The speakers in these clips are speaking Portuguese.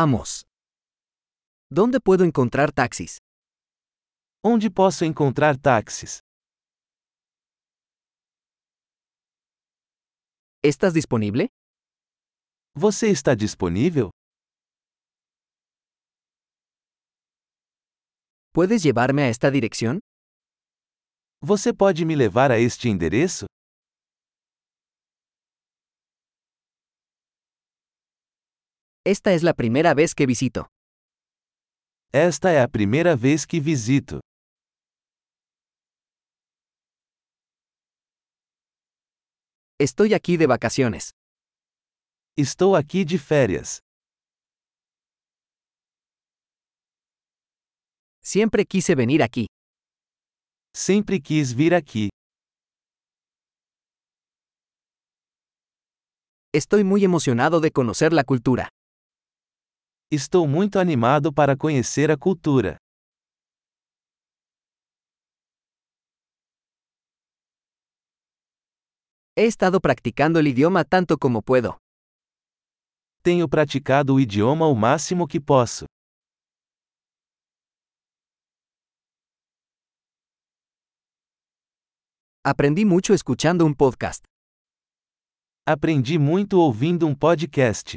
Vamos. ¿Dónde puedo encontrar taxis? Onde posso encontrar táxis? ¿Estás disponible? Você está disponível? ¿Puedes llevarme a esta dirección? Você pode me levar a este endereço? Esta es la primera vez que visito. Esta é a primeira vez que visito. Estoy aquí de vacaciones. Estou aqui de férias. Siempre quise venir aquí. Sempre quis vir aqui. Estoy muy emocionado de conocer la cultura. Estou muito animado para conhecer a cultura. He estado practicando el idioma tanto como puedo. Tenho praticado o idioma o máximo que posso. Aprendí mucho escuchando un podcast. Aprendi muito ouvindo um podcast.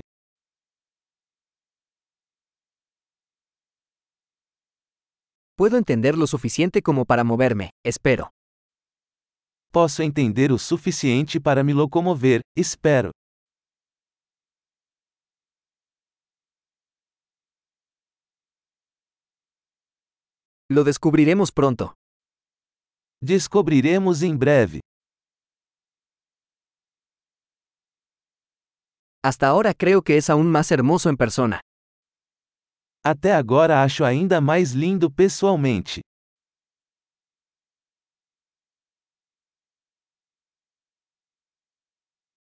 Puedo entender lo suficiente como para moverme, espero. Posso entender o suficiente para me locomover, espero. Lo descubriremos pronto. Descobriremos em breve. Hasta ahora creo que es aún más hermoso en persona. Até agora acho ainda mais lindo pessoalmente.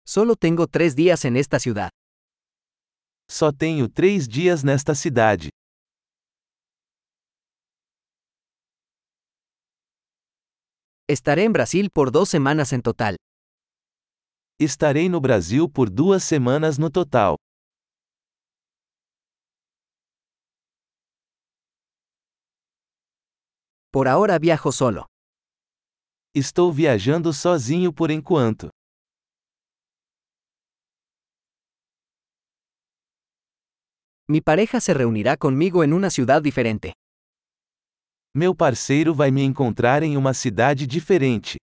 Solo tengo tres días en esta ciudad. Só tenho três dias nesta cidade. Estaré en Brasil por dos semanas en total. Estarei no Brasil por duas semanas no total. Por ahora viajo solo. Estou viajando sozinho por enquanto. Mi pareja se reunirá conmigo en una ciudad diferente. Meu parceiro vai me encontrar em uma cidade diferente.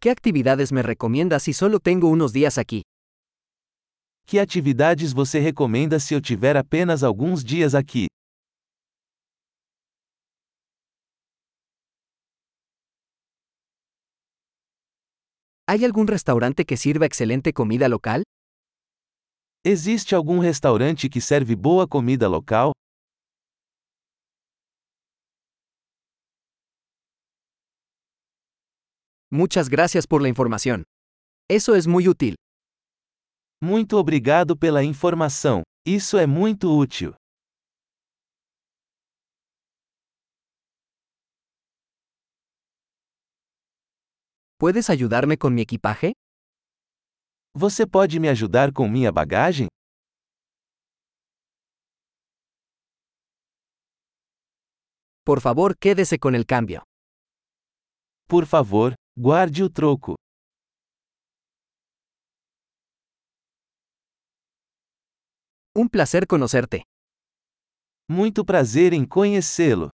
¿Qué actividades me recomiendas si solo tengo unos días aquí? Que atividades você recomenda se eu tiver apenas alguns dias aqui? ¿Hay algún restaurante que sirva excelente comida local? Existe algum restaurante que serve boa comida local? Muchas gracias por la información. Eso es muy útil. Muito obrigado pela informação. Isso é muito útil. ¿Puedes ayudarme con mi equipaje? Você pode me ajudar com minha bagagem? Por favor, quédese con el cambio. Por favor, guarde o troco. Un placer conocerte. Muito prazer em conhecê-lo.